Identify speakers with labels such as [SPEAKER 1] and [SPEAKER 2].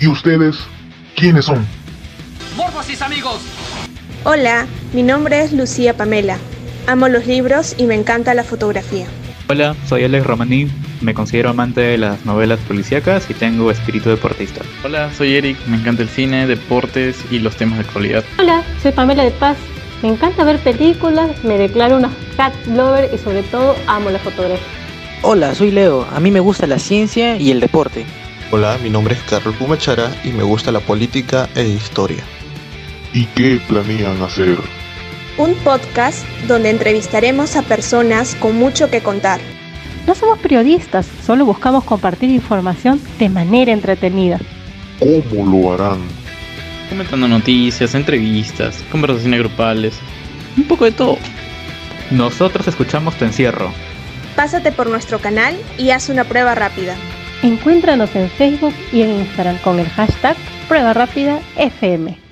[SPEAKER 1] ¿Y ustedes quiénes son?
[SPEAKER 2] Morbosis amigos.
[SPEAKER 3] Hola, mi nombre es Lucía Pamela. Amo los libros y me encanta la fotografía.
[SPEAKER 4] Hola, soy Alex Romaní, me considero amante de las novelas policíacas y tengo espíritu deportista.
[SPEAKER 5] Hola, soy Eric, me encanta el cine, deportes y los temas de actualidad.
[SPEAKER 6] Hola, soy Pamela de Paz, me encanta ver películas, me declaro una cat lover y sobre todo amo la fotografía.
[SPEAKER 7] Hola, soy Leo, a mí me gusta la ciencia y el deporte.
[SPEAKER 8] Hola, mi nombre es Carlos Pumachara y me gusta la política e historia.
[SPEAKER 1] ¿Y qué planean hacer?
[SPEAKER 3] Un podcast donde entrevistaremos a personas con mucho que contar.
[SPEAKER 9] No somos periodistas, solo buscamos compartir información de manera entretenida.
[SPEAKER 1] ¿Cómo lo harán?
[SPEAKER 5] Comentando noticias, entrevistas, conversaciones grupales, un poco de todo.
[SPEAKER 4] Nosotros escuchamos tu encierro.
[SPEAKER 3] Pásate por nuestro canal y haz una prueba rápida.
[SPEAKER 9] Encuéntranos en Facebook y en Instagram con el hashtag Prueba Rápida FM.